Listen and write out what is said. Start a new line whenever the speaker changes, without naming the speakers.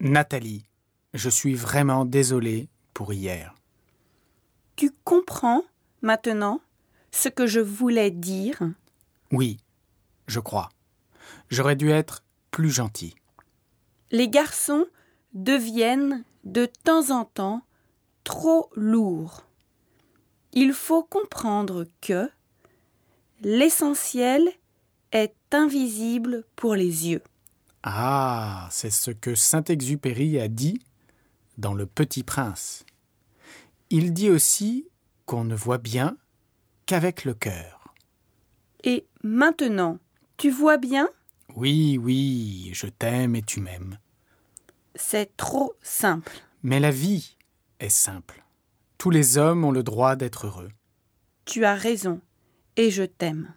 Nathalie, je suis vraiment désolé pour hier.
Tu comprends maintenant ce que je voulais dire
Oui, je crois. J'aurais dû être plus gentil.
Les garçons deviennent de temps en temps trop lourds. Il faut comprendre que l'essentiel est invisible pour les yeux.
Ah, c'est ce que Saint-Exupéry a dit dans Le Petit Prince. Il dit aussi qu'on ne voit bien qu'avec le cœur.
Et maintenant, tu vois bien
Oui, oui, je t'aime et tu m'aimes.
C'est trop simple.
Mais la vie est simple. Tous les hommes ont le droit d'être heureux.
Tu as raison, et je t'aime.